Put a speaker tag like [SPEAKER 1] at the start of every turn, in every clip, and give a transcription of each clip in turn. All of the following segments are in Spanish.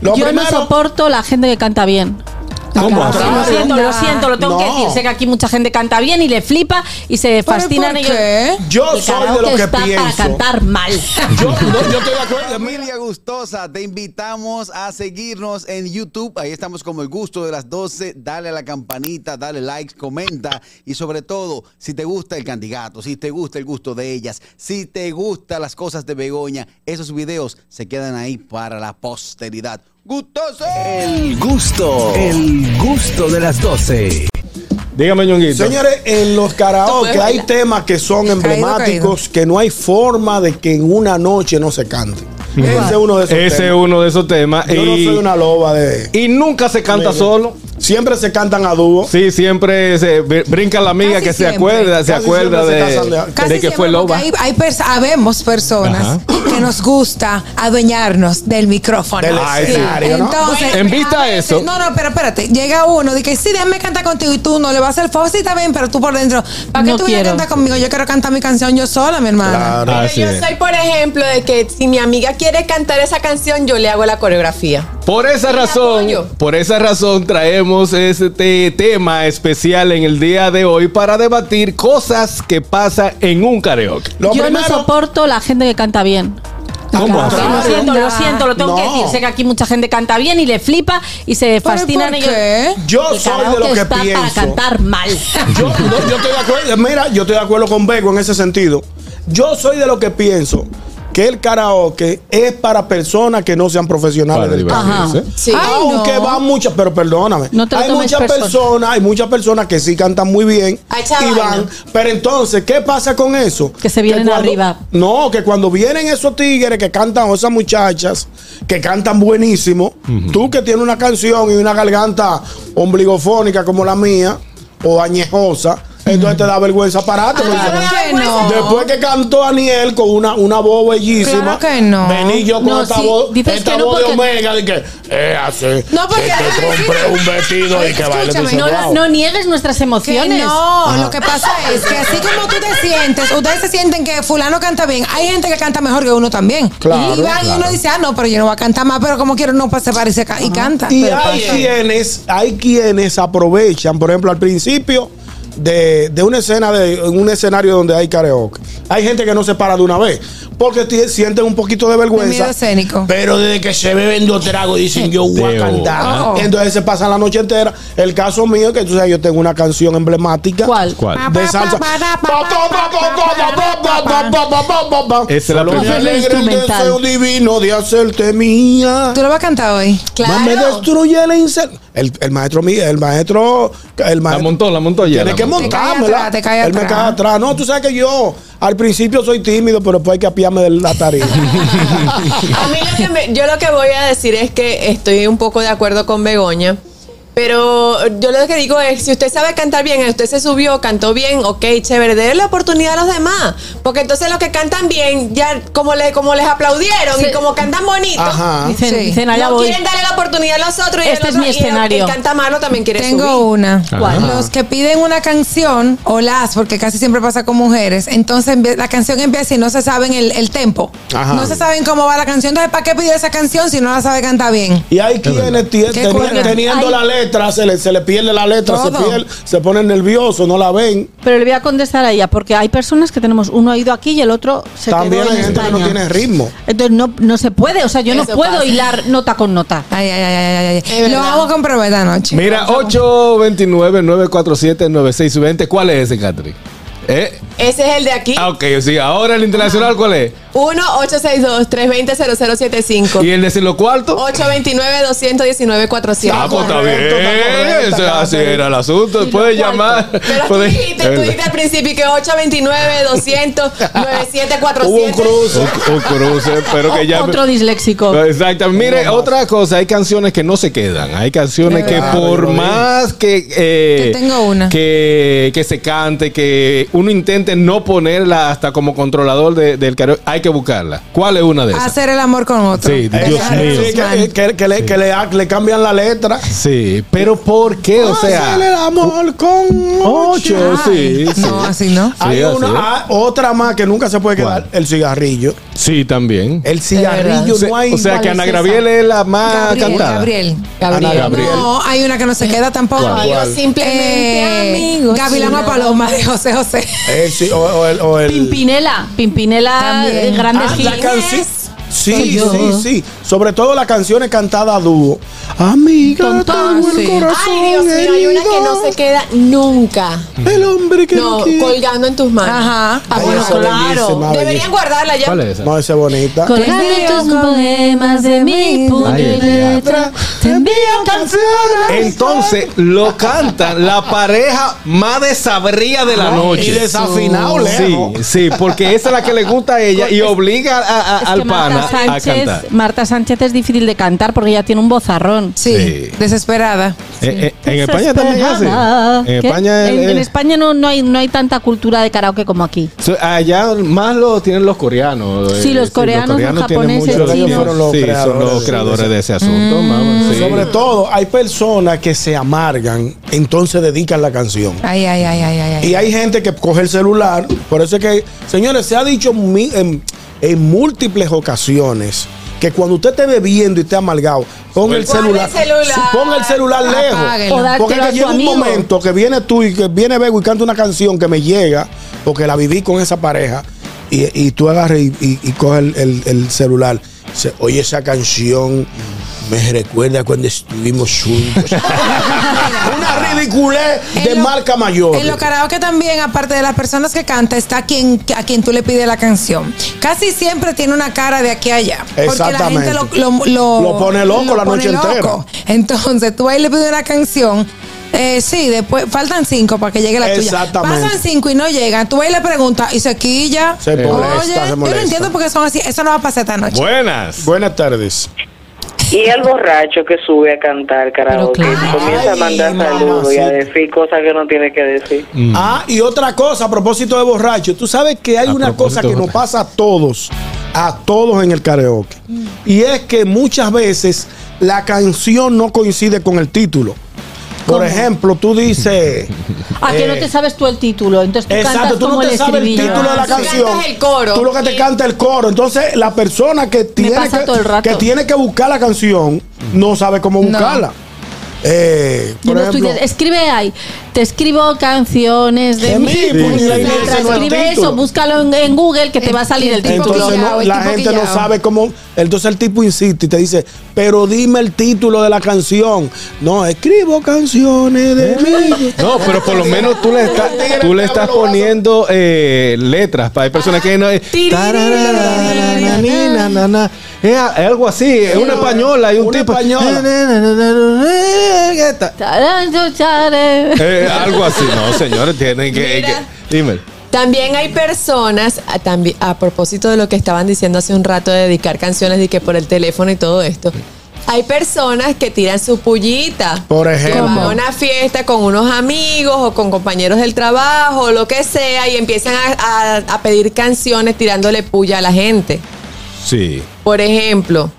[SPEAKER 1] Lo
[SPEAKER 2] Yo no
[SPEAKER 1] primero-
[SPEAKER 2] soporto la gente que canta bien.
[SPEAKER 1] ¿Cómo
[SPEAKER 2] Lo
[SPEAKER 1] así?
[SPEAKER 3] Claro.
[SPEAKER 2] siento, lo siento, lo tengo que
[SPEAKER 1] No.
[SPEAKER 2] decir. Sé que aquí mucha gente canta bien y le flipa y se
[SPEAKER 3] ¿Pero
[SPEAKER 2] fascinan
[SPEAKER 3] por
[SPEAKER 2] ellos.
[SPEAKER 3] qué?
[SPEAKER 1] Yo
[SPEAKER 2] El
[SPEAKER 1] soy de
[SPEAKER 2] karaoke
[SPEAKER 1] lo que
[SPEAKER 2] está para
[SPEAKER 1] pienso.
[SPEAKER 2] cantar mal.
[SPEAKER 1] Yo, no, yo estoy de acuerdo.
[SPEAKER 4] Familia gustosa, te invitamos a seguirnos en YouTube. Ahí estamos como el gusto de las 12. Dale a la campanita, dale like, comenta. Y sobre todo, si te gusta el candidato, si te gusta el gusto de ellas, si te gustan las cosas de Begoña, esos videos se quedan ahí para la posteridad. ¡Gustoso!
[SPEAKER 5] El gusto, el gusto de las 12.
[SPEAKER 6] Dígame, Ñonguito.
[SPEAKER 1] Señores, en los karaoke
[SPEAKER 3] Tú
[SPEAKER 1] hay
[SPEAKER 3] puedes bailar.
[SPEAKER 1] temas que son emblemáticos que no hay forma de que en una noche no se cante. Ese es uno de esos
[SPEAKER 6] Ese es
[SPEAKER 1] temas.
[SPEAKER 6] uno de esos temas.
[SPEAKER 1] Yo
[SPEAKER 6] y,
[SPEAKER 1] no soy una loba de...
[SPEAKER 6] y nunca se canta
[SPEAKER 1] Mira.
[SPEAKER 6] solo.
[SPEAKER 1] Siempre se cantan a dúo.
[SPEAKER 6] Sí, siempre se br- brinca la amiga
[SPEAKER 3] Casi
[SPEAKER 6] que se
[SPEAKER 3] siempre.
[SPEAKER 6] acuerda, se
[SPEAKER 1] Casi
[SPEAKER 6] acuerda
[SPEAKER 1] siempre se
[SPEAKER 6] de,
[SPEAKER 1] casan de-
[SPEAKER 6] de que
[SPEAKER 3] siempre
[SPEAKER 6] fue
[SPEAKER 3] porque
[SPEAKER 6] loba.
[SPEAKER 3] Hay, hay pers- habemos personas que nos gusta adueñarnos del micrófono.
[SPEAKER 1] Del escenario, ¿no?
[SPEAKER 3] Entonces,
[SPEAKER 6] En vista
[SPEAKER 3] a
[SPEAKER 6] de
[SPEAKER 3] veces-
[SPEAKER 6] eso-
[SPEAKER 3] No, no, pero espérate. Llega uno, dice, sí, déjame cantar contigo y tú no le vas a hacer fácil, está bien, pero tú por dentro. ¿Para qué
[SPEAKER 2] No
[SPEAKER 3] tú vienes a
[SPEAKER 2] quiero.
[SPEAKER 3] cantar conmigo? Yo quiero cantar mi canción yo sola, mi hermana.
[SPEAKER 1] Claro.
[SPEAKER 6] Ah,
[SPEAKER 7] Pero
[SPEAKER 6] sí.
[SPEAKER 7] yo soy, por ejemplo, de que si mi amiga quiere cantar esa canción, yo le hago la coreografía.
[SPEAKER 6] Por esa razón,
[SPEAKER 7] apoyo.
[SPEAKER 6] por esa razón traemos este tema especial en el día de hoy para debatir cosas que pasan en un karaoke.
[SPEAKER 1] Lo
[SPEAKER 2] Yo no
[SPEAKER 1] primero-
[SPEAKER 2] soporto la gente que canta bien.
[SPEAKER 6] ¿Cómo?
[SPEAKER 2] Sí, Lo siento, lo siento, lo tengo que
[SPEAKER 1] No.
[SPEAKER 2] decir. Sé que aquí mucha gente canta bien y le flipa y se
[SPEAKER 3] ¿Pero
[SPEAKER 2] fascinan
[SPEAKER 3] por
[SPEAKER 2] ellos.
[SPEAKER 3] qué?
[SPEAKER 1] Yo
[SPEAKER 2] El
[SPEAKER 1] soy de lo
[SPEAKER 2] karaoke
[SPEAKER 1] que
[SPEAKER 2] está para
[SPEAKER 1] pienso.
[SPEAKER 2] cantar mal.
[SPEAKER 1] Yo, no, yo estoy de acuerdo. Mira, yo estoy de acuerdo con Bego en ese sentido. Yo soy de lo que pienso que el karaoke es para personas que no sean profesionales
[SPEAKER 6] Para
[SPEAKER 1] del
[SPEAKER 6] divertirse.
[SPEAKER 1] karaoke.
[SPEAKER 2] Sí.
[SPEAKER 3] Ay,
[SPEAKER 1] ¿eh? Aunque
[SPEAKER 3] no.
[SPEAKER 1] van muchas, pero perdóname.
[SPEAKER 2] No te lo
[SPEAKER 1] hay
[SPEAKER 2] tomes
[SPEAKER 1] muchas
[SPEAKER 2] personal.
[SPEAKER 1] personas, hay muchas personas que sí cantan muy bien
[SPEAKER 7] Ay,
[SPEAKER 1] y
[SPEAKER 7] chaval.
[SPEAKER 1] van. Pero entonces, ¿qué pasa con eso?
[SPEAKER 2] Que se vienen
[SPEAKER 1] cuando-
[SPEAKER 2] arriba.
[SPEAKER 1] No, que cuando vienen esos tigres que cantan, o esas muchachas que cantan buenísimo, tú que tienes una canción y una garganta ombligofónica como la mía, o añejosa, entonces te da vergüenza
[SPEAKER 2] Ah,
[SPEAKER 1] pararte. porque
[SPEAKER 3] Claro
[SPEAKER 1] dices,
[SPEAKER 3] que no.
[SPEAKER 1] Después que cantó Aniel con una, una voz bellísima,
[SPEAKER 3] Claro que no.
[SPEAKER 1] vení yo con
[SPEAKER 2] No,
[SPEAKER 1] esta
[SPEAKER 2] sí,
[SPEAKER 1] voz,
[SPEAKER 2] dices
[SPEAKER 1] esta
[SPEAKER 2] que no
[SPEAKER 1] voz de
[SPEAKER 2] porque-
[SPEAKER 1] Omega, de que, eh, así,
[SPEAKER 3] No, porque-
[SPEAKER 1] que te compré un vestido y que baile. Tú
[SPEAKER 3] Escúchame,
[SPEAKER 1] dices,
[SPEAKER 2] No,
[SPEAKER 1] "Wow".
[SPEAKER 2] no niegues nuestras
[SPEAKER 3] Que
[SPEAKER 2] emociones.
[SPEAKER 3] no, lo que pasa es que así como tú te sientes, ustedes se sienten que fulano canta bien, hay gente que canta mejor que uno también.
[SPEAKER 1] Claro,
[SPEAKER 3] y va y uno
[SPEAKER 1] claro.
[SPEAKER 3] dice, ah, no, pero yo no voy a cantar más, pero como quiero, no pa- se parece ca- y canta.
[SPEAKER 1] Y
[SPEAKER 3] Pero
[SPEAKER 1] hay
[SPEAKER 3] pasa.
[SPEAKER 1] quienes, hay quienes aprovechan, por ejemplo, al principio de, de una escena de en un escenario donde hay karaoke. Hay gente que no se para de una vez porque ti- sienten un poquito de vergüenza.
[SPEAKER 3] De miedo escénico.
[SPEAKER 1] Pero desde que se beben dos tragos dicen yo voy a
[SPEAKER 6] Teo.
[SPEAKER 1] cantar.
[SPEAKER 3] Oh.
[SPEAKER 1] Entonces se pasan la noche entera. El caso mío es que tú sabes, yo tengo una canción emblemática.
[SPEAKER 2] ¿Cuál?
[SPEAKER 6] ¿Cuál?
[SPEAKER 1] De salsa.
[SPEAKER 6] Esa es la
[SPEAKER 1] Solo
[SPEAKER 6] primera.
[SPEAKER 1] me alegra el
[SPEAKER 2] Instrumental.
[SPEAKER 1] deseo divino de hacerte mía.
[SPEAKER 3] ¿Tú lo vas a cantar hoy?
[SPEAKER 1] Más me destruye la incel. El, el maestro mío, el maestro. El
[SPEAKER 6] La
[SPEAKER 1] maestro
[SPEAKER 6] montó, la montó ya.
[SPEAKER 1] tiene
[SPEAKER 6] la
[SPEAKER 1] que
[SPEAKER 6] montó.
[SPEAKER 3] montar.
[SPEAKER 1] montármela.
[SPEAKER 3] Te cae atrás, te cae
[SPEAKER 1] Él me
[SPEAKER 3] atrás.
[SPEAKER 1] cae atrás. No, tú sabes que yo al principio soy tímido, pero después hay que apiarme de la tarea.
[SPEAKER 7] A mí lo que me- yo lo que voy a decir es que estoy un poco de acuerdo con Begoña. Pero yo lo que digo es, si usted sabe cantar bien, usted se subió, cantó bien, ok, chévere, déle la oportunidad a los demás. Porque entonces los que cantan bien, ya como, le, como les aplaudieron
[SPEAKER 2] Sí.
[SPEAKER 7] y como cantan bonito,
[SPEAKER 1] Ajá.
[SPEAKER 2] Dicen,
[SPEAKER 3] Sí.
[SPEAKER 2] dicen, allá
[SPEAKER 7] no
[SPEAKER 2] voy.
[SPEAKER 7] quieren darle la oportunidad a los otros. Y
[SPEAKER 2] Este es
[SPEAKER 7] el otro-
[SPEAKER 2] mi
[SPEAKER 7] y el que
[SPEAKER 2] escenario.
[SPEAKER 7] canta malo también quiere
[SPEAKER 3] Tengo
[SPEAKER 7] subir.
[SPEAKER 3] una.
[SPEAKER 2] ¿Cuál?
[SPEAKER 3] Los que piden una canción, o las, porque casi siempre pasa con mujeres, entonces empie- la canción empieza y no se saben el, el tempo.
[SPEAKER 1] Ajá.
[SPEAKER 3] No se saben cómo va la canción. Entonces, ¿para qué pidió esa canción si no la sabe cantar bien?
[SPEAKER 1] Y hay quienes tie-
[SPEAKER 3] Qué
[SPEAKER 1] teni-
[SPEAKER 3] cuerda.
[SPEAKER 1] teniendo
[SPEAKER 2] Ay.
[SPEAKER 1] la letra, se le, se le pierde la letra, se,
[SPEAKER 3] Todo.
[SPEAKER 1] pierde, se ponen nerviosos, no la ven.
[SPEAKER 2] Pero le voy a contestar a ella, porque hay personas que tenemos uno ha ido aquí y el otro se
[SPEAKER 1] También
[SPEAKER 2] quedó
[SPEAKER 1] hay
[SPEAKER 2] en
[SPEAKER 1] gente que
[SPEAKER 2] España.
[SPEAKER 1] no tiene ritmo.
[SPEAKER 2] Entonces no, no se puede, o sea, yo no
[SPEAKER 7] Eso
[SPEAKER 2] puedo
[SPEAKER 7] pasa.
[SPEAKER 2] hilar nota con nota.
[SPEAKER 3] Ay, ay, ay, ay, ay, ay.
[SPEAKER 7] Es
[SPEAKER 3] Lo
[SPEAKER 7] verdad.
[SPEAKER 3] hago con prueba esta noche.
[SPEAKER 6] Mira, 829-947-9620. ¿Cuál es ese, Catri? ¿Eh?
[SPEAKER 7] Ese es el de aquí.
[SPEAKER 6] Ah, ok, sí. Ahora el internacional, ¿cuál es?
[SPEAKER 7] 1-862-320-0075.
[SPEAKER 6] ¿Y el de los
[SPEAKER 7] Oh,
[SPEAKER 6] cuartos?
[SPEAKER 7] 829-219-400.
[SPEAKER 6] Ah, pues está bien.
[SPEAKER 1] correcto, está correcto,
[SPEAKER 6] O sea, Así
[SPEAKER 1] Catri.
[SPEAKER 6] era el asunto. Puedes llamar.
[SPEAKER 7] Pero tú
[SPEAKER 6] puedes-
[SPEAKER 7] dijiste, tú dijiste al principio que 829, 200, 97, 400.
[SPEAKER 1] Hubo un cruce.
[SPEAKER 6] Un, un cruce, pero que ya.
[SPEAKER 2] Otro disléxico.
[SPEAKER 6] Exacto. Mire, otra cosa, hay canciones que no se quedan. Hay canciones que
[SPEAKER 1] Claro, yo
[SPEAKER 6] por
[SPEAKER 1] lo
[SPEAKER 6] más que, eh,
[SPEAKER 3] Yo tengo una.
[SPEAKER 6] que que se cante, que uno intente no ponerla hasta como controlador de- del karaoke, hay hay que buscarla. ¿Cuál es una de esas?
[SPEAKER 3] Hacer el amor con otro.
[SPEAKER 6] Sí,
[SPEAKER 3] Dejar
[SPEAKER 6] Dios
[SPEAKER 3] de
[SPEAKER 6] mío.
[SPEAKER 3] los
[SPEAKER 1] Sí, que,
[SPEAKER 3] humanos.
[SPEAKER 1] que- que le, que le- le cambian la letra. Ah,
[SPEAKER 6] Sí, pero ¿por qué? O
[SPEAKER 1] Hacer el
[SPEAKER 6] sea,
[SPEAKER 1] amor con
[SPEAKER 6] ocho,
[SPEAKER 1] ocho.
[SPEAKER 6] sí, sí.
[SPEAKER 3] No, así no.
[SPEAKER 6] Sí,
[SPEAKER 1] Hay
[SPEAKER 6] así
[SPEAKER 1] una,
[SPEAKER 6] es.
[SPEAKER 1] ah, otra más que nunca se puede quedar, el cigarrillo.
[SPEAKER 6] Sí, también.
[SPEAKER 1] El
[SPEAKER 7] verdad.
[SPEAKER 1] cigarrillo
[SPEAKER 6] O sea,
[SPEAKER 1] no hay
[SPEAKER 6] o sea, que
[SPEAKER 1] igual.
[SPEAKER 6] Ana Gabriel es la más
[SPEAKER 3] Gabriel,
[SPEAKER 6] cantada.
[SPEAKER 3] Ah, Gabriel.
[SPEAKER 1] Ana Gabriel.
[SPEAKER 3] No, hay una que no se queda tampoco.
[SPEAKER 6] ¿Cuál?
[SPEAKER 7] Amigos, simplemente
[SPEAKER 3] Eh,
[SPEAKER 7] amigos.
[SPEAKER 3] Gavilana
[SPEAKER 7] Sí,
[SPEAKER 3] Paloma de José José.
[SPEAKER 1] Eh, sí, o, o el, o el-
[SPEAKER 2] Pimpinela, Pimpinela,
[SPEAKER 3] También.
[SPEAKER 2] eh, grandes
[SPEAKER 1] Ah,
[SPEAKER 2] hits.
[SPEAKER 1] la canción.
[SPEAKER 2] Soy
[SPEAKER 1] Sí,
[SPEAKER 2] yo.
[SPEAKER 1] sí, sí. Sobre todo las canciones cantadas a dúo. Amiga,
[SPEAKER 2] Tontón,
[SPEAKER 1] tengo el
[SPEAKER 2] sí.
[SPEAKER 1] corazón
[SPEAKER 7] Ay, Dios mío, hay una que no se queda nunca.
[SPEAKER 1] queda. El hombre que no,
[SPEAKER 7] No,
[SPEAKER 1] quiere.
[SPEAKER 7] colgando en tus manos.
[SPEAKER 3] Ajá.
[SPEAKER 7] Ah,
[SPEAKER 1] Ay,
[SPEAKER 7] bueno,
[SPEAKER 1] esa
[SPEAKER 7] claro.
[SPEAKER 1] bellísima,
[SPEAKER 7] Deberían
[SPEAKER 1] bellísima.
[SPEAKER 7] guardarla ya.
[SPEAKER 6] ¿Cuál es esa?
[SPEAKER 1] No, esa es bonita.
[SPEAKER 2] Colgando este tus poemas de mi puño
[SPEAKER 6] Ay,
[SPEAKER 2] y
[SPEAKER 6] el
[SPEAKER 2] letra, te envío canciones.
[SPEAKER 6] Entonces lo canta la pareja más desabría de la noche.
[SPEAKER 1] Y desafinado, lejos.
[SPEAKER 6] Sí, sí, porque esa es la que le gusta a ella y obliga a- a-
[SPEAKER 2] Es que
[SPEAKER 6] al pana
[SPEAKER 2] Marta
[SPEAKER 6] a cantar.
[SPEAKER 2] Sánchez, Marta Sánchez es difícil de cantar porque ella tiene un bozarrón.
[SPEAKER 3] Sí,
[SPEAKER 6] Sí.
[SPEAKER 3] desesperada.
[SPEAKER 6] Eh, eh, en España también hace.
[SPEAKER 2] Desesperada.
[SPEAKER 6] En
[SPEAKER 2] ¿Qué?
[SPEAKER 6] España,
[SPEAKER 2] En-
[SPEAKER 6] el-
[SPEAKER 2] en
[SPEAKER 6] el-
[SPEAKER 2] España no, no hay no hay tanta cultura de karaoke como aquí.
[SPEAKER 6] so- allá más lo tienen los coreanos. eh,
[SPEAKER 2] Sí, los coreanos, los
[SPEAKER 6] tienen
[SPEAKER 2] japoneses,
[SPEAKER 6] mucho-
[SPEAKER 2] chinos.
[SPEAKER 6] ellos fueron los
[SPEAKER 1] Sí, son
[SPEAKER 6] creadores,
[SPEAKER 1] los creadores
[SPEAKER 6] de ese asunto. vamos, sí.
[SPEAKER 1] Sobre todo, hay personas que se amargan, entonces dedican la canción.
[SPEAKER 3] Ay, ay, ay, ay, ay. ay.
[SPEAKER 1] Y hay gente que coge el celular. Por eso es que, señores, se ha dicho mi- en, en múltiples ocasiones que cuando usted esté bebiendo y esté amargado, ponga el
[SPEAKER 7] Ponga el
[SPEAKER 1] celular,
[SPEAKER 7] celular.
[SPEAKER 1] ponga el celular
[SPEAKER 2] O
[SPEAKER 3] Apáguelo.
[SPEAKER 1] lejos.
[SPEAKER 2] dártelo
[SPEAKER 1] Porque es
[SPEAKER 2] a
[SPEAKER 1] que
[SPEAKER 2] tu
[SPEAKER 1] llega un
[SPEAKER 2] amigo.
[SPEAKER 1] momento que viene tú y que viene Bego y canta una canción que me llega, porque la viví con esa pareja, y, y tú agarras y, y- y coges el, el- el celular. Dice, Oye, esa canción me recuerda cuando estuvimos juntos. una ridiculez
[SPEAKER 3] En
[SPEAKER 1] de
[SPEAKER 3] lo-
[SPEAKER 1] marca mayor.
[SPEAKER 3] En los karaoke también, aparte de las personas que canta, está quien, a quien tú le pides la canción. Casi siempre tiene una cara de aquí a allá. Porque la
[SPEAKER 1] Exactamente.
[SPEAKER 3] gente lo, lo- lo-
[SPEAKER 1] Lo pone loco la noche
[SPEAKER 3] Entonces, tú ahí le pides una canción. eh, sí, después faltan cinco para que llegue la tuya.
[SPEAKER 1] Exactamente.
[SPEAKER 3] Pasan cinco y no llegan. Tú ahí le preguntas y se quilla.
[SPEAKER 1] Se molesta,
[SPEAKER 3] Oye,
[SPEAKER 1] se
[SPEAKER 3] yo no
[SPEAKER 1] molesta.
[SPEAKER 3] entiendo por qué son así. Eso no va a pasar esta noche.
[SPEAKER 6] Buenas.
[SPEAKER 1] Buenas tardes.
[SPEAKER 8] Y el borracho que sube a cantar karaoke
[SPEAKER 2] Pero claro.
[SPEAKER 8] comienza a
[SPEAKER 1] Ay,
[SPEAKER 8] mandar saludos y a
[SPEAKER 1] mamacita.
[SPEAKER 8] decir cosas que no tiene que decir.
[SPEAKER 1] Ah, y otra cosa, a propósito de borracho, tú sabes que hay
[SPEAKER 6] Mm. A
[SPEAKER 1] una cosa
[SPEAKER 6] propósito
[SPEAKER 1] que
[SPEAKER 6] de
[SPEAKER 1] nos
[SPEAKER 6] borracho.
[SPEAKER 1] pasa a todos, a todos en el karaoke.
[SPEAKER 2] Mm.
[SPEAKER 1] Y es que muchas veces la canción no coincide con el título. Por ejemplo, tú dices.
[SPEAKER 2] ¿A Ah, que no
[SPEAKER 1] eh,
[SPEAKER 2] te sabes tú el título? Entonces tú cantas
[SPEAKER 1] Exacto, tú no
[SPEAKER 2] como
[SPEAKER 1] te
[SPEAKER 2] el
[SPEAKER 1] sabes el
[SPEAKER 2] estribillo.
[SPEAKER 1] título de la
[SPEAKER 2] Ah, sí.
[SPEAKER 1] canción.
[SPEAKER 7] Cantas el coro.
[SPEAKER 1] Tú lo que te
[SPEAKER 7] Y-
[SPEAKER 1] canta el coro. Entonces, la persona que tiene
[SPEAKER 2] pasa
[SPEAKER 1] que,
[SPEAKER 2] todo el rato.
[SPEAKER 1] que tiene que buscar la canción no sabe cómo
[SPEAKER 3] No.
[SPEAKER 1] buscarla. Eh,
[SPEAKER 2] Yo
[SPEAKER 1] por
[SPEAKER 2] no estoy
[SPEAKER 1] ejemplo,
[SPEAKER 2] de- escribe ahí, te escribo canciones de
[SPEAKER 1] De
[SPEAKER 2] mí.
[SPEAKER 1] mí, pues,
[SPEAKER 2] y
[SPEAKER 1] la
[SPEAKER 2] letra.
[SPEAKER 1] iglesia no es
[SPEAKER 2] escribe
[SPEAKER 1] título.
[SPEAKER 2] eso, búscalo en, en Google que te va a salir el
[SPEAKER 3] Entonces,
[SPEAKER 2] título.
[SPEAKER 1] Entonces
[SPEAKER 3] quillao,
[SPEAKER 1] no,
[SPEAKER 3] el
[SPEAKER 1] la
[SPEAKER 3] tipo
[SPEAKER 1] gente no
[SPEAKER 3] quillao.
[SPEAKER 1] sabe cómo. Entonces el tipo insiste y te dice, pero dime el título de la canción. No, escribo canciones de mí.
[SPEAKER 6] No, pero por lo menos tú le estás, tú le estás poniendo eh, letras. Hay personas que no. eh, tararararararararararara. Es algo así, es una española y un
[SPEAKER 1] Una
[SPEAKER 6] tipo.
[SPEAKER 1] española.
[SPEAKER 6] Eh, algo así, no, señores, tienen que.
[SPEAKER 7] Mira.
[SPEAKER 6] que- dime.
[SPEAKER 7] También hay personas, a, tambi- a propósito de lo que estaban diciendo hace un rato de dedicar canciones y que por el teléfono y todo esto, hay personas que tiran su pullita.
[SPEAKER 1] Por
[SPEAKER 7] Que van a
[SPEAKER 1] ejemplo.
[SPEAKER 7] una fiesta con unos amigos o con compañeros del trabajo o lo que sea y empiezan a, a- a pedir canciones tirándole puya a la gente.
[SPEAKER 6] Sí.
[SPEAKER 7] Por ejemplo,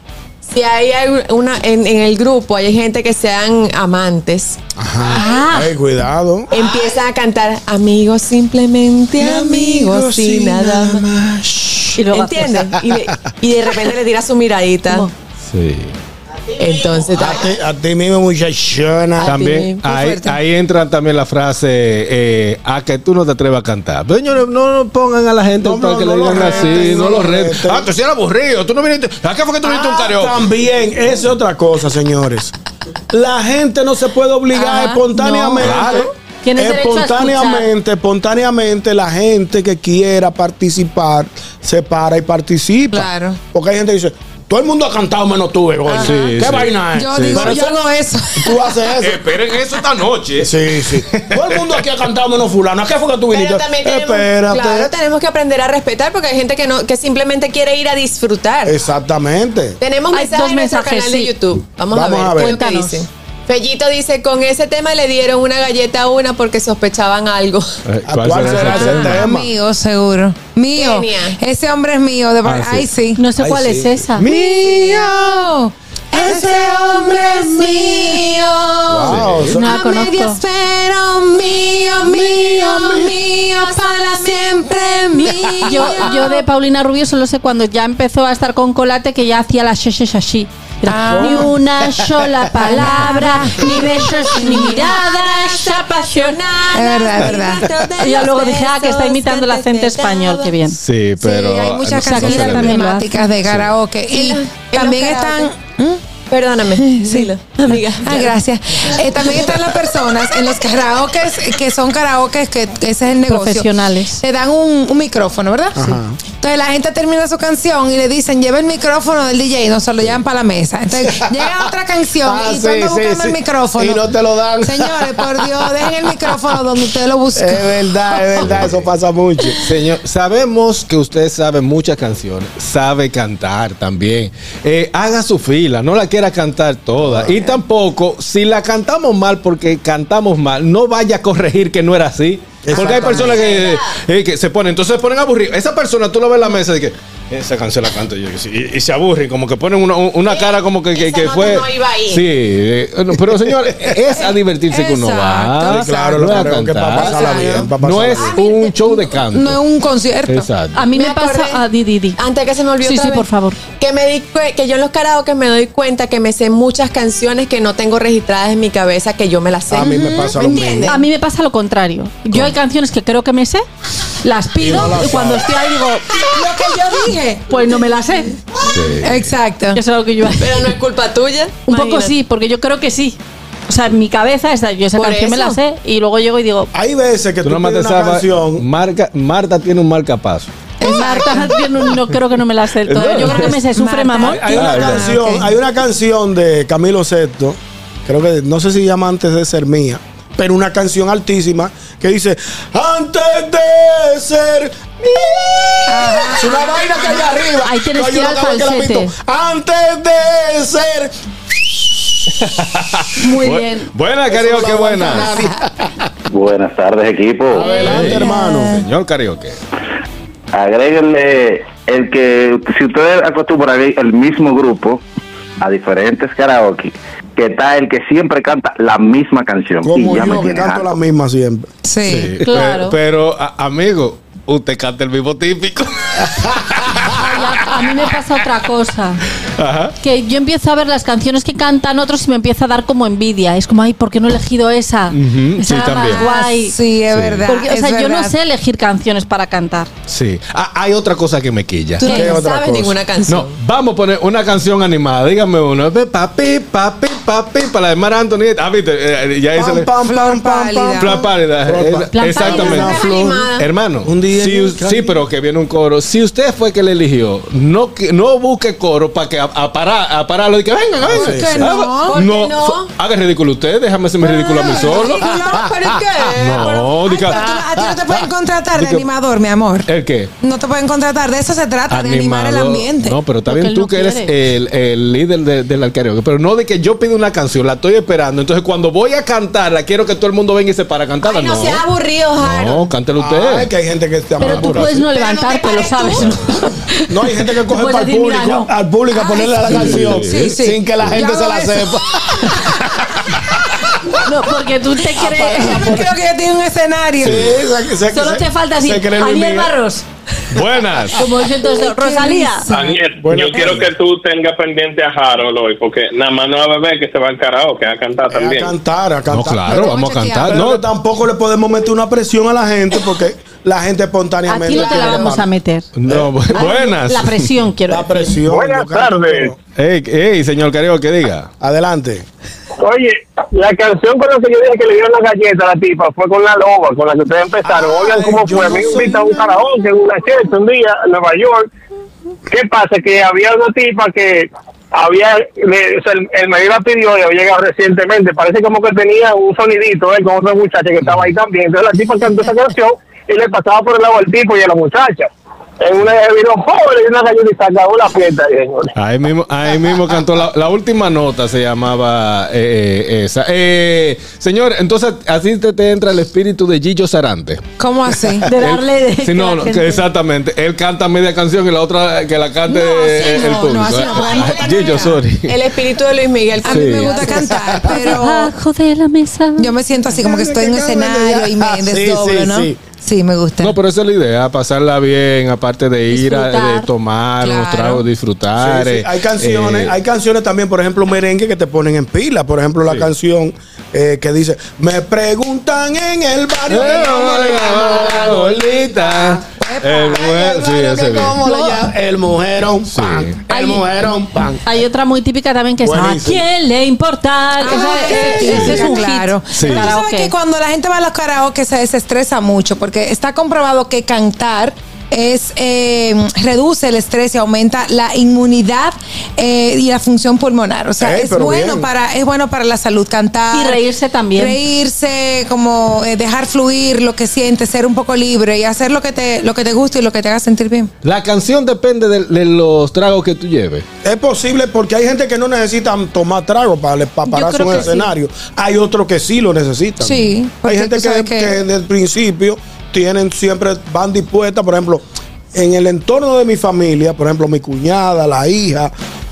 [SPEAKER 7] si hay al- una en, en el grupo hay gente que sean amantes,
[SPEAKER 1] Ajá. Ay, cuidado.
[SPEAKER 7] empiezan a cantar amigos simplemente amigos sin nada más.
[SPEAKER 2] Y luego
[SPEAKER 7] ¿Entiendes? Y, le- y de repente le tira su miradita.
[SPEAKER 6] Sí.
[SPEAKER 7] Entonces,
[SPEAKER 1] A ti, a ti mismo, muchachona.
[SPEAKER 7] Ah.
[SPEAKER 6] También
[SPEAKER 7] Qué
[SPEAKER 6] ahí,
[SPEAKER 3] fuerte.
[SPEAKER 6] ahí entra también la frase eh, a que tú no te atrevas a cantar. Pero señores, no, no pongan a la gente
[SPEAKER 1] No,
[SPEAKER 6] para
[SPEAKER 1] no,
[SPEAKER 6] que
[SPEAKER 1] no
[SPEAKER 6] le
[SPEAKER 1] lo
[SPEAKER 6] digan
[SPEAKER 1] reten,
[SPEAKER 6] así, no
[SPEAKER 1] no
[SPEAKER 6] lo Ah,
[SPEAKER 1] lo
[SPEAKER 6] reten.
[SPEAKER 1] reten.
[SPEAKER 6] Ah, tú sí eras aburrido, tú no viniste. ¿A qué fue que tú viniste a un karaoke?
[SPEAKER 1] Ah, También, esa es otra cosa, señores. La gente no se puede obligar
[SPEAKER 7] Ajá,
[SPEAKER 1] espontáneamente.
[SPEAKER 6] no. Claro.
[SPEAKER 2] Tienes derecho a
[SPEAKER 1] espontáneamente, espontáneamente, la gente que quiera participar se para y participa.
[SPEAKER 3] Claro.
[SPEAKER 1] Porque hay gente que dice, todo el mundo ha cantado menos tú, Begoña.
[SPEAKER 6] Sí,
[SPEAKER 1] ¿Qué
[SPEAKER 6] sí.
[SPEAKER 1] vaina es?
[SPEAKER 3] Yo
[SPEAKER 1] Sí.
[SPEAKER 3] digo,
[SPEAKER 1] Pero
[SPEAKER 3] yo
[SPEAKER 1] eso-
[SPEAKER 3] hago eso.
[SPEAKER 1] Tú haces eso.
[SPEAKER 6] Eh, Esperen eso esta noche.
[SPEAKER 1] Sí, sí. Todo el mundo aquí ha cantado menos fulano. ¿A qué fue que tú viniste?
[SPEAKER 7] Pero también tenemos,
[SPEAKER 1] Espérate.
[SPEAKER 7] claro, tenemos que aprender a respetar porque hay gente que no que simplemente quiere ir a disfrutar.
[SPEAKER 1] Exactamente.
[SPEAKER 7] Tenemos
[SPEAKER 2] Hay
[SPEAKER 7] mensajes
[SPEAKER 2] dos
[SPEAKER 7] en nuestro
[SPEAKER 2] mensajes,
[SPEAKER 7] canal de
[SPEAKER 2] sí.
[SPEAKER 7] YouTube. Vamos, a ver, qué es lo que
[SPEAKER 2] Cuéntanos.
[SPEAKER 7] dicen. Pellito dice, con ese tema le dieron una galleta a una porque sospechaban algo.
[SPEAKER 6] Eh,
[SPEAKER 1] ¿A
[SPEAKER 6] ¿cuál
[SPEAKER 1] cuál
[SPEAKER 6] será
[SPEAKER 1] será
[SPEAKER 6] ese
[SPEAKER 1] ese
[SPEAKER 6] tema?
[SPEAKER 1] tema?
[SPEAKER 3] Mío, seguro. Mío.
[SPEAKER 7] Kenia.
[SPEAKER 3] Ese hombre es mío. De...
[SPEAKER 6] Ah, sí.
[SPEAKER 3] Ay, sí.
[SPEAKER 2] No sé
[SPEAKER 5] Ay,
[SPEAKER 2] cuál
[SPEAKER 5] sí.
[SPEAKER 2] es esa.
[SPEAKER 3] Mío. Ese hombre es mío.
[SPEAKER 1] Wow,
[SPEAKER 2] No
[SPEAKER 1] so-
[SPEAKER 2] la
[SPEAKER 3] A medias,
[SPEAKER 2] conozco.
[SPEAKER 3] pero mío, mío, mío, para siempre mío.
[SPEAKER 2] Yo, yo de Paulina Rubio solo sé cuando ya empezó a estar con Colate que ya hacía la sheshashi.
[SPEAKER 3] Ah.
[SPEAKER 2] Ni una sola palabra, ni
[SPEAKER 1] Eh.
[SPEAKER 2] besos, ni miradas apasionadas.
[SPEAKER 3] Es verdad, es verdad.
[SPEAKER 1] Eh.
[SPEAKER 2] Y ya luego dije, ah, que está imitando el acento español, qué bien.
[SPEAKER 6] Sí, pero.
[SPEAKER 3] sí, hay muchas
[SPEAKER 2] no
[SPEAKER 3] canciones
[SPEAKER 2] se le ve.
[SPEAKER 3] emblemáticas de karaoke.
[SPEAKER 7] En
[SPEAKER 3] Y
[SPEAKER 7] los- en
[SPEAKER 3] también
[SPEAKER 7] los
[SPEAKER 3] están.
[SPEAKER 7] karaoke. Perdóname. Dilo, amiga.
[SPEAKER 3] Ah, gracias. Eh, también están las personas en los karaokes que son karaokes que, que ese es el negocio.
[SPEAKER 2] Profesionales.
[SPEAKER 3] Te dan un, un micrófono, ¿verdad? Entonces la gente termina su canción y le dicen, lleva el micrófono del DJ y no se lo llevan para la mesa. Entonces llega otra canción
[SPEAKER 1] Ah,
[SPEAKER 3] y tú andas
[SPEAKER 1] sí, sí,
[SPEAKER 3] buscando el
[SPEAKER 1] sí.
[SPEAKER 3] micrófono.
[SPEAKER 1] Y no te lo dan. Eh,
[SPEAKER 3] Señores, por Dios, dejen el micrófono donde usted lo busca.
[SPEAKER 1] Es verdad, es verdad, eso pasa mucho.
[SPEAKER 6] Señor, sabemos que usted sabe muchas canciones, sabe cantar también. Eh, haga su fila, no la quiera cantar toda. Y tampoco, si la cantamos mal porque cantamos mal, no vaya a corregir que no era así. Porque hay personas que, eh, que se ponen, entonces se ponen aburridos. Esa persona, tú la ves en la mesa y que eh, esa canción la canto yo. Y, y se aburren, como que ponen una, una cara como que, que-
[SPEAKER 7] esa
[SPEAKER 6] que
[SPEAKER 7] nota
[SPEAKER 6] fue.
[SPEAKER 7] no iba ahí.
[SPEAKER 6] Sí, eh, no, pero señor, es a divertirse que uno va.
[SPEAKER 3] Exacto, Sí, claro,
[SPEAKER 1] lo
[SPEAKER 6] No es a
[SPEAKER 1] creo que para
[SPEAKER 6] cantar.
[SPEAKER 1] pasarla bien, para
[SPEAKER 6] No
[SPEAKER 1] pasarla
[SPEAKER 6] es
[SPEAKER 1] bien.
[SPEAKER 6] un show de canto.
[SPEAKER 3] No es un concierto.
[SPEAKER 6] Exacto.
[SPEAKER 2] A mí me,
[SPEAKER 7] Me acordé.
[SPEAKER 2] pasa a Didi.
[SPEAKER 7] Antes que se me olvide
[SPEAKER 2] Sí,
[SPEAKER 7] otra
[SPEAKER 2] sí,
[SPEAKER 7] vez,
[SPEAKER 2] por favor.
[SPEAKER 7] Que me di cue- que yo en los karaoke me doy cuenta que me sé muchas canciones que no tengo registradas en mi cabeza que yo me las sé.
[SPEAKER 1] A mí me pasa
[SPEAKER 7] ¿Me
[SPEAKER 1] lo
[SPEAKER 7] entiendes?
[SPEAKER 1] mismo.
[SPEAKER 2] A mí me pasa lo contrario. Yo hay canciones que creo que me sé, las pido
[SPEAKER 1] Y no las
[SPEAKER 2] y cuando estoy ahí digo,
[SPEAKER 3] Lo que yo dije.
[SPEAKER 2] pues no me las sé.
[SPEAKER 3] Exacto.
[SPEAKER 2] Eso es lo que yo
[SPEAKER 7] Pero no es culpa tuya.
[SPEAKER 2] Un poco
[SPEAKER 7] Imagínate.
[SPEAKER 2] sí, porque yo creo que sí. O sea, en mi cabeza está, yo esa
[SPEAKER 7] Por
[SPEAKER 2] canción me
[SPEAKER 7] eso.
[SPEAKER 2] la sé y luego llego y digo,
[SPEAKER 1] Hay veces que
[SPEAKER 6] Tú
[SPEAKER 1] tú,
[SPEAKER 6] nomás te
[SPEAKER 1] pides una
[SPEAKER 6] sabes,
[SPEAKER 1] canción.
[SPEAKER 6] marca- Marta tiene un marcapaso.
[SPEAKER 2] Marta, yo no, no creo que no me la sé del todo. Yo creo que me sé Sufre
[SPEAKER 3] Marta.
[SPEAKER 2] Mamón.
[SPEAKER 1] Hay una
[SPEAKER 6] Ah, ya.
[SPEAKER 1] canción,
[SPEAKER 3] ok.
[SPEAKER 1] hay una canción de Camilo Sesto, creo que no sé si llama antes de ser mía, pero una canción altísima que dice antes de ser mía. Es una vaina que hay arriba.
[SPEAKER 2] Ahí tienes
[SPEAKER 1] Hay
[SPEAKER 2] que ir
[SPEAKER 1] una
[SPEAKER 2] al
[SPEAKER 1] canción la
[SPEAKER 2] falsete.
[SPEAKER 1] pito, Antes de ser
[SPEAKER 2] Muy
[SPEAKER 6] Bu-
[SPEAKER 2] bien.
[SPEAKER 6] Buena,
[SPEAKER 1] no
[SPEAKER 6] karaoke,
[SPEAKER 1] lo
[SPEAKER 6] Ah, buena.
[SPEAKER 9] Buenas tardes, equipo.
[SPEAKER 1] adelante,
[SPEAKER 6] Ey.
[SPEAKER 1] hermano.
[SPEAKER 6] Señor karaoke.
[SPEAKER 9] Agréguenle el que, si ustedes acostumbran el mismo grupo a diferentes karaoke, que está el que siempre canta la misma canción.
[SPEAKER 1] Como
[SPEAKER 9] y ya me
[SPEAKER 1] yo que
[SPEAKER 9] tiene
[SPEAKER 1] canto la
[SPEAKER 9] harto.
[SPEAKER 1] misma siempre.
[SPEAKER 3] Sí.
[SPEAKER 6] Pe-
[SPEAKER 2] Claro.
[SPEAKER 6] Pero, a- amigo, usted canta el mismo típico.
[SPEAKER 2] Ay, a, a mí me pasa otra cosa.
[SPEAKER 6] Ajá.
[SPEAKER 2] Que yo empiezo a ver las canciones que cantan otros y me empieza a dar como envidia. Es como, ay, ¿por qué no he elegido esa?
[SPEAKER 6] Ujú,
[SPEAKER 2] Esa
[SPEAKER 6] sí,
[SPEAKER 2] era más
[SPEAKER 6] también.
[SPEAKER 2] guay.
[SPEAKER 3] Sí, es verdad.
[SPEAKER 2] Porque, o
[SPEAKER 3] es
[SPEAKER 2] sea, yo no
[SPEAKER 3] verdad.
[SPEAKER 2] sé elegir canciones para cantar.
[SPEAKER 6] Sí. Ah, hay otra cosa que me quilla.
[SPEAKER 7] Tú
[SPEAKER 1] ¿Qué
[SPEAKER 7] no
[SPEAKER 1] otra
[SPEAKER 7] sabes
[SPEAKER 1] cosa?
[SPEAKER 7] ninguna
[SPEAKER 6] No,
[SPEAKER 7] canción.
[SPEAKER 6] vamos a poner una canción animada. Dígame una. Ve, Papi, papi, papi. Para la de Mar Anthony. Ah, viste. eh, ya esa le-
[SPEAKER 3] Flor pálida.
[SPEAKER 6] Plan pálida.
[SPEAKER 1] Plan
[SPEAKER 6] Esa-
[SPEAKER 1] pálida.
[SPEAKER 2] Plan
[SPEAKER 6] Exactamente.
[SPEAKER 7] pálida, Flor animada.
[SPEAKER 6] Hermano,
[SPEAKER 1] Un día
[SPEAKER 6] si
[SPEAKER 1] en
[SPEAKER 6] us-
[SPEAKER 1] el
[SPEAKER 6] sí, pero que viene un coro. Si usted fue que le eligió, no, que- no busque coro para que a, a parar, a pararlo y que venga, venga.
[SPEAKER 1] ¿Por qué
[SPEAKER 3] no? Ah,
[SPEAKER 6] Ah,
[SPEAKER 7] ¿Por qué
[SPEAKER 6] no,
[SPEAKER 7] no?
[SPEAKER 6] so- haga el ridículo usted, déjame hacerme ridículo a mí solo.
[SPEAKER 7] No, pero ¿y qué?
[SPEAKER 6] No,
[SPEAKER 3] Ay, pero tú
[SPEAKER 6] diga.
[SPEAKER 3] no- a ti no te pueden contratar de
[SPEAKER 6] Diga-
[SPEAKER 3] animador, mi amor.
[SPEAKER 6] ¿El qué?
[SPEAKER 3] No te pueden contratar, de eso se trata, de animar el
[SPEAKER 6] Animado.
[SPEAKER 3] ambiente.
[SPEAKER 6] No, pero está
[SPEAKER 2] Porque
[SPEAKER 6] bien
[SPEAKER 2] él
[SPEAKER 6] tú
[SPEAKER 2] no
[SPEAKER 6] que eres
[SPEAKER 2] quiere.
[SPEAKER 6] el, el líder de- del karaoke, pero no de que yo pido una canción, la estoy esperando. Entonces, cuando voy a cantarla, quiero que todo el mundo venga y se para a cantarla.
[SPEAKER 7] Ay, no,
[SPEAKER 6] no,
[SPEAKER 7] seas aburrido, Jaro.
[SPEAKER 6] no cántela usted.
[SPEAKER 1] Ay, que hay gente que está
[SPEAKER 2] Pero tú
[SPEAKER 1] madura.
[SPEAKER 2] puedes no
[SPEAKER 7] Pero no te
[SPEAKER 2] levantarte, lo
[SPEAKER 7] pares
[SPEAKER 2] sabes.
[SPEAKER 7] tú.
[SPEAKER 1] No, hay gente que coge
[SPEAKER 2] puedes
[SPEAKER 1] para el
[SPEAKER 2] decir, mira,
[SPEAKER 1] público,
[SPEAKER 2] no.
[SPEAKER 1] al público a ponerle la canción
[SPEAKER 3] sí, sí.
[SPEAKER 1] sin que la gente
[SPEAKER 3] Yo
[SPEAKER 1] se
[SPEAKER 3] hago
[SPEAKER 1] la
[SPEAKER 3] eso.
[SPEAKER 1] sepa.
[SPEAKER 2] No, porque tú te
[SPEAKER 3] Yo
[SPEAKER 2] crees.
[SPEAKER 3] no creo que yo tenga un escenario.
[SPEAKER 1] Sí, se- se-
[SPEAKER 2] Solo
[SPEAKER 1] se-
[SPEAKER 2] te falta
[SPEAKER 1] se
[SPEAKER 2] así.
[SPEAKER 1] cree Luis
[SPEAKER 2] Ariel
[SPEAKER 1] Miguel.
[SPEAKER 2] Barros.
[SPEAKER 6] Buenas.
[SPEAKER 2] Como entonces, Rosalía.
[SPEAKER 10] Daniel,
[SPEAKER 1] Bueno, eh.
[SPEAKER 10] yo quiero que tú tengas pendiente a Harold hoy, porque nada más no va a beber que se va al karaoke a cantar
[SPEAKER 1] Eh, A
[SPEAKER 10] Ah, también.
[SPEAKER 1] cantar, a
[SPEAKER 6] No,
[SPEAKER 1] cantar.
[SPEAKER 6] claro, vamos a cantar.
[SPEAKER 1] Pero
[SPEAKER 6] No,
[SPEAKER 1] tampoco le podemos meter una presión a la gente porque la gente espontáneamente.
[SPEAKER 2] Aquí no te la
[SPEAKER 1] tiene
[SPEAKER 2] vamos a
[SPEAKER 1] mano.
[SPEAKER 2] meter.
[SPEAKER 6] no, bu- buenas.
[SPEAKER 2] La presión, quiero
[SPEAKER 1] La
[SPEAKER 2] decir.
[SPEAKER 1] presión.
[SPEAKER 10] Buenas
[SPEAKER 1] yo canto,
[SPEAKER 10] tardes.
[SPEAKER 1] pero-
[SPEAKER 6] Ey, ey, señor Carioca, que diga.
[SPEAKER 1] Adelante.
[SPEAKER 10] Oye, la canción con la que yo dije que le dieron la galleta a la tipa fue con la loba, con la que ustedes empezaron.
[SPEAKER 1] Ay,
[SPEAKER 10] Oigan cómo
[SPEAKER 1] yo
[SPEAKER 10] fue. A
[SPEAKER 1] no
[SPEAKER 10] mí me
[SPEAKER 1] soy
[SPEAKER 10] invitan a un
[SPEAKER 1] una-
[SPEAKER 10] karaoke, una fiesta un día en Nueva York. ¿Qué pasa? Que había una tipa que había, le- o sea, el, el marido la pidió y había llegado recientemente. Parece como que tenía un sonidito ¿eh? con otra muchacha que estaba ahí también. Entonces la tipa cantó esa canción y le pasaba por el lado al tipo y a la muchacha. en una de vino pobre y una gallinita acabó la fiesta, señores.
[SPEAKER 11] Ahí mismo, ahí mismo cantó la, la última nota, se llamaba eh, eh, esa. Eh, señor, entonces así te, te entra el espíritu de Gillo Sarante.
[SPEAKER 3] ¿Cómo así?
[SPEAKER 2] De darle de.
[SPEAKER 11] Sí, no, no, que exactamente. Él canta media canción y la otra que la cante
[SPEAKER 3] No, así
[SPEAKER 11] eh,
[SPEAKER 3] no,
[SPEAKER 11] el
[SPEAKER 3] no,
[SPEAKER 11] público.
[SPEAKER 3] así no, porque a mí me gusta
[SPEAKER 11] Gillo,
[SPEAKER 3] cantar.
[SPEAKER 11] sorry.
[SPEAKER 7] El espíritu de Luis Miguel.
[SPEAKER 3] A mí me
[SPEAKER 11] Sí.
[SPEAKER 3] gusta cantar, pero
[SPEAKER 2] Debajo de la mesa.
[SPEAKER 3] yo me siento así como que estoy en un escenario y me
[SPEAKER 1] Sí,
[SPEAKER 3] desdoblo,
[SPEAKER 1] sí,
[SPEAKER 3] ¿no?
[SPEAKER 1] sí.
[SPEAKER 3] Sí, me gusta.
[SPEAKER 11] No, pero esa es la idea, pasarla bien, aparte de ir a de
[SPEAKER 2] Disfrutar.
[SPEAKER 11] tomar unos
[SPEAKER 3] Claro.
[SPEAKER 11] tragos, disfrutar.
[SPEAKER 1] Sí, sí.
[SPEAKER 11] eh,
[SPEAKER 1] Hay canciones,
[SPEAKER 11] eh,
[SPEAKER 1] hay canciones también, por ejemplo, merengue que te ponen en pila. Por ejemplo, la canción eh, que dice, me preguntan en el
[SPEAKER 11] Eh,
[SPEAKER 1] barrio. que cómo le llamo a
[SPEAKER 11] hola,
[SPEAKER 1] la gordita".
[SPEAKER 11] bolita. El buen- Eh, sí,
[SPEAKER 1] El barrio
[SPEAKER 11] ese
[SPEAKER 1] que
[SPEAKER 11] bien.
[SPEAKER 1] cómo le llamo- El mujerón
[SPEAKER 11] eh. Sí.
[SPEAKER 1] pan.
[SPEAKER 2] Ay.
[SPEAKER 1] El mujerón pan.
[SPEAKER 2] Hay otra muy típica también que es ¿A
[SPEAKER 1] Buenísimo.
[SPEAKER 2] quién le importa?
[SPEAKER 3] Ah,
[SPEAKER 2] Esa-
[SPEAKER 3] ok.
[SPEAKER 2] ese, ese es un
[SPEAKER 3] claro.
[SPEAKER 2] claro.
[SPEAKER 11] Sí.
[SPEAKER 3] Pero tú sabes
[SPEAKER 2] Karaoke.
[SPEAKER 3] que cuando la gente va a los karaoke se desestresa mucho porque está comprobado que cantar es eh, reduce el estrés y aumenta la inmunidad eh, y la función pulmonar. O sea,
[SPEAKER 1] Ey,
[SPEAKER 3] es
[SPEAKER 1] pero
[SPEAKER 3] bueno
[SPEAKER 1] bien.
[SPEAKER 3] para es bueno para la salud cantar
[SPEAKER 2] Y reírse también.
[SPEAKER 3] reírse, como eh, dejar fluir lo que sientes, ser un poco libre y hacer lo que te lo que te gusta y lo que te haga sentir bien.
[SPEAKER 11] La canción depende de, de los tragos que tú lleves.
[SPEAKER 1] Es posible porque hay gente que no necesitan tomar trago para, para
[SPEAKER 2] Yo
[SPEAKER 1] pararse en
[SPEAKER 2] creo
[SPEAKER 1] un
[SPEAKER 2] que sí.
[SPEAKER 1] escenario. Hay otros que sí lo necesitan.
[SPEAKER 3] Sí, porque
[SPEAKER 1] Hay gente
[SPEAKER 3] tú
[SPEAKER 1] que,
[SPEAKER 3] sabes
[SPEAKER 1] que...
[SPEAKER 3] que-
[SPEAKER 1] desde el principio tienen siempre, van dispuestas, por ejemplo, en el entorno de mi familia, por ejemplo, mi cuñada, la hija,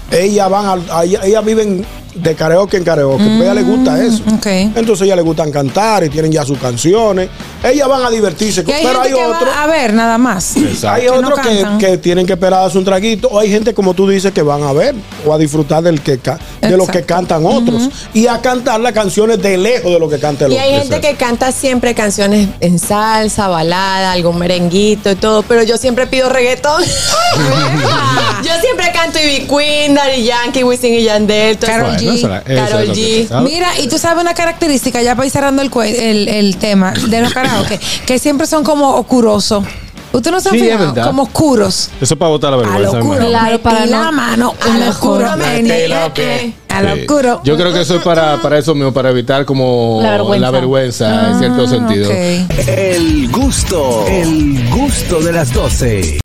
[SPEAKER 1] ellas van al- a- ellas viven de karaoke en karaoke, pues a ella le gusta eso.
[SPEAKER 3] Mm, ok.
[SPEAKER 1] Entonces a ella le gustan cantar y tienen ya sus canciones. Ellas van a divertirse,
[SPEAKER 3] Y hay
[SPEAKER 1] pero
[SPEAKER 3] gente
[SPEAKER 1] hay
[SPEAKER 3] que va
[SPEAKER 1] otros
[SPEAKER 3] a ver nada más.
[SPEAKER 1] hay
[SPEAKER 3] Que no
[SPEAKER 1] otros que,
[SPEAKER 3] cantan.
[SPEAKER 1] que tienen que esperar a darse un traguito. O hay gente, como tú dices, que van a ver o a disfrutar del que ca- de lo que
[SPEAKER 3] Exacto.
[SPEAKER 1] cantan otros. Y a cantar las canciones de lejos de lo que canta el
[SPEAKER 7] Y
[SPEAKER 1] otro.
[SPEAKER 7] hay gente que canta siempre canciones en salsa, balada, algún merenguito y todo, pero yo siempre pido reggaetón. yo siempre canto Ivy Queen, Daddy Yankee, Wisin y Yandel, todo
[SPEAKER 3] Karol
[SPEAKER 7] eso.
[SPEAKER 3] G.
[SPEAKER 11] será- eso Ah, es
[SPEAKER 7] Karol
[SPEAKER 11] lo que
[SPEAKER 7] G.
[SPEAKER 11] pensaba.
[SPEAKER 3] Mira, y tú sabes una característica, ya para ir cerrando el, cue- el, el tema de los karaoke, que siempre son como oscurosos. ¿Usted no se han
[SPEAKER 11] Sí, es
[SPEAKER 3] fijado?
[SPEAKER 11] verdad.
[SPEAKER 3] Como oscuros.
[SPEAKER 11] Eso es para botar la
[SPEAKER 3] A lo
[SPEAKER 11] vergüenza.
[SPEAKER 3] oscuro.
[SPEAKER 11] hermano.
[SPEAKER 2] Claro,
[SPEAKER 3] Metí
[SPEAKER 2] para no-
[SPEAKER 3] la mano.
[SPEAKER 2] a
[SPEAKER 3] A lo
[SPEAKER 2] lo
[SPEAKER 3] oscuro.
[SPEAKER 2] mejor.
[SPEAKER 3] metí
[SPEAKER 1] Metí
[SPEAKER 3] la
[SPEAKER 1] lo que-
[SPEAKER 3] que- A lo
[SPEAKER 11] Sí.
[SPEAKER 3] oscuro.
[SPEAKER 11] Yo creo que eso es para, para eso mismo, para evitar como
[SPEAKER 2] La vergüenza.
[SPEAKER 11] la vergüenza, en
[SPEAKER 3] Ah,
[SPEAKER 11] cierto sentido.
[SPEAKER 3] ok.
[SPEAKER 12] El gusto, el gusto de las 12.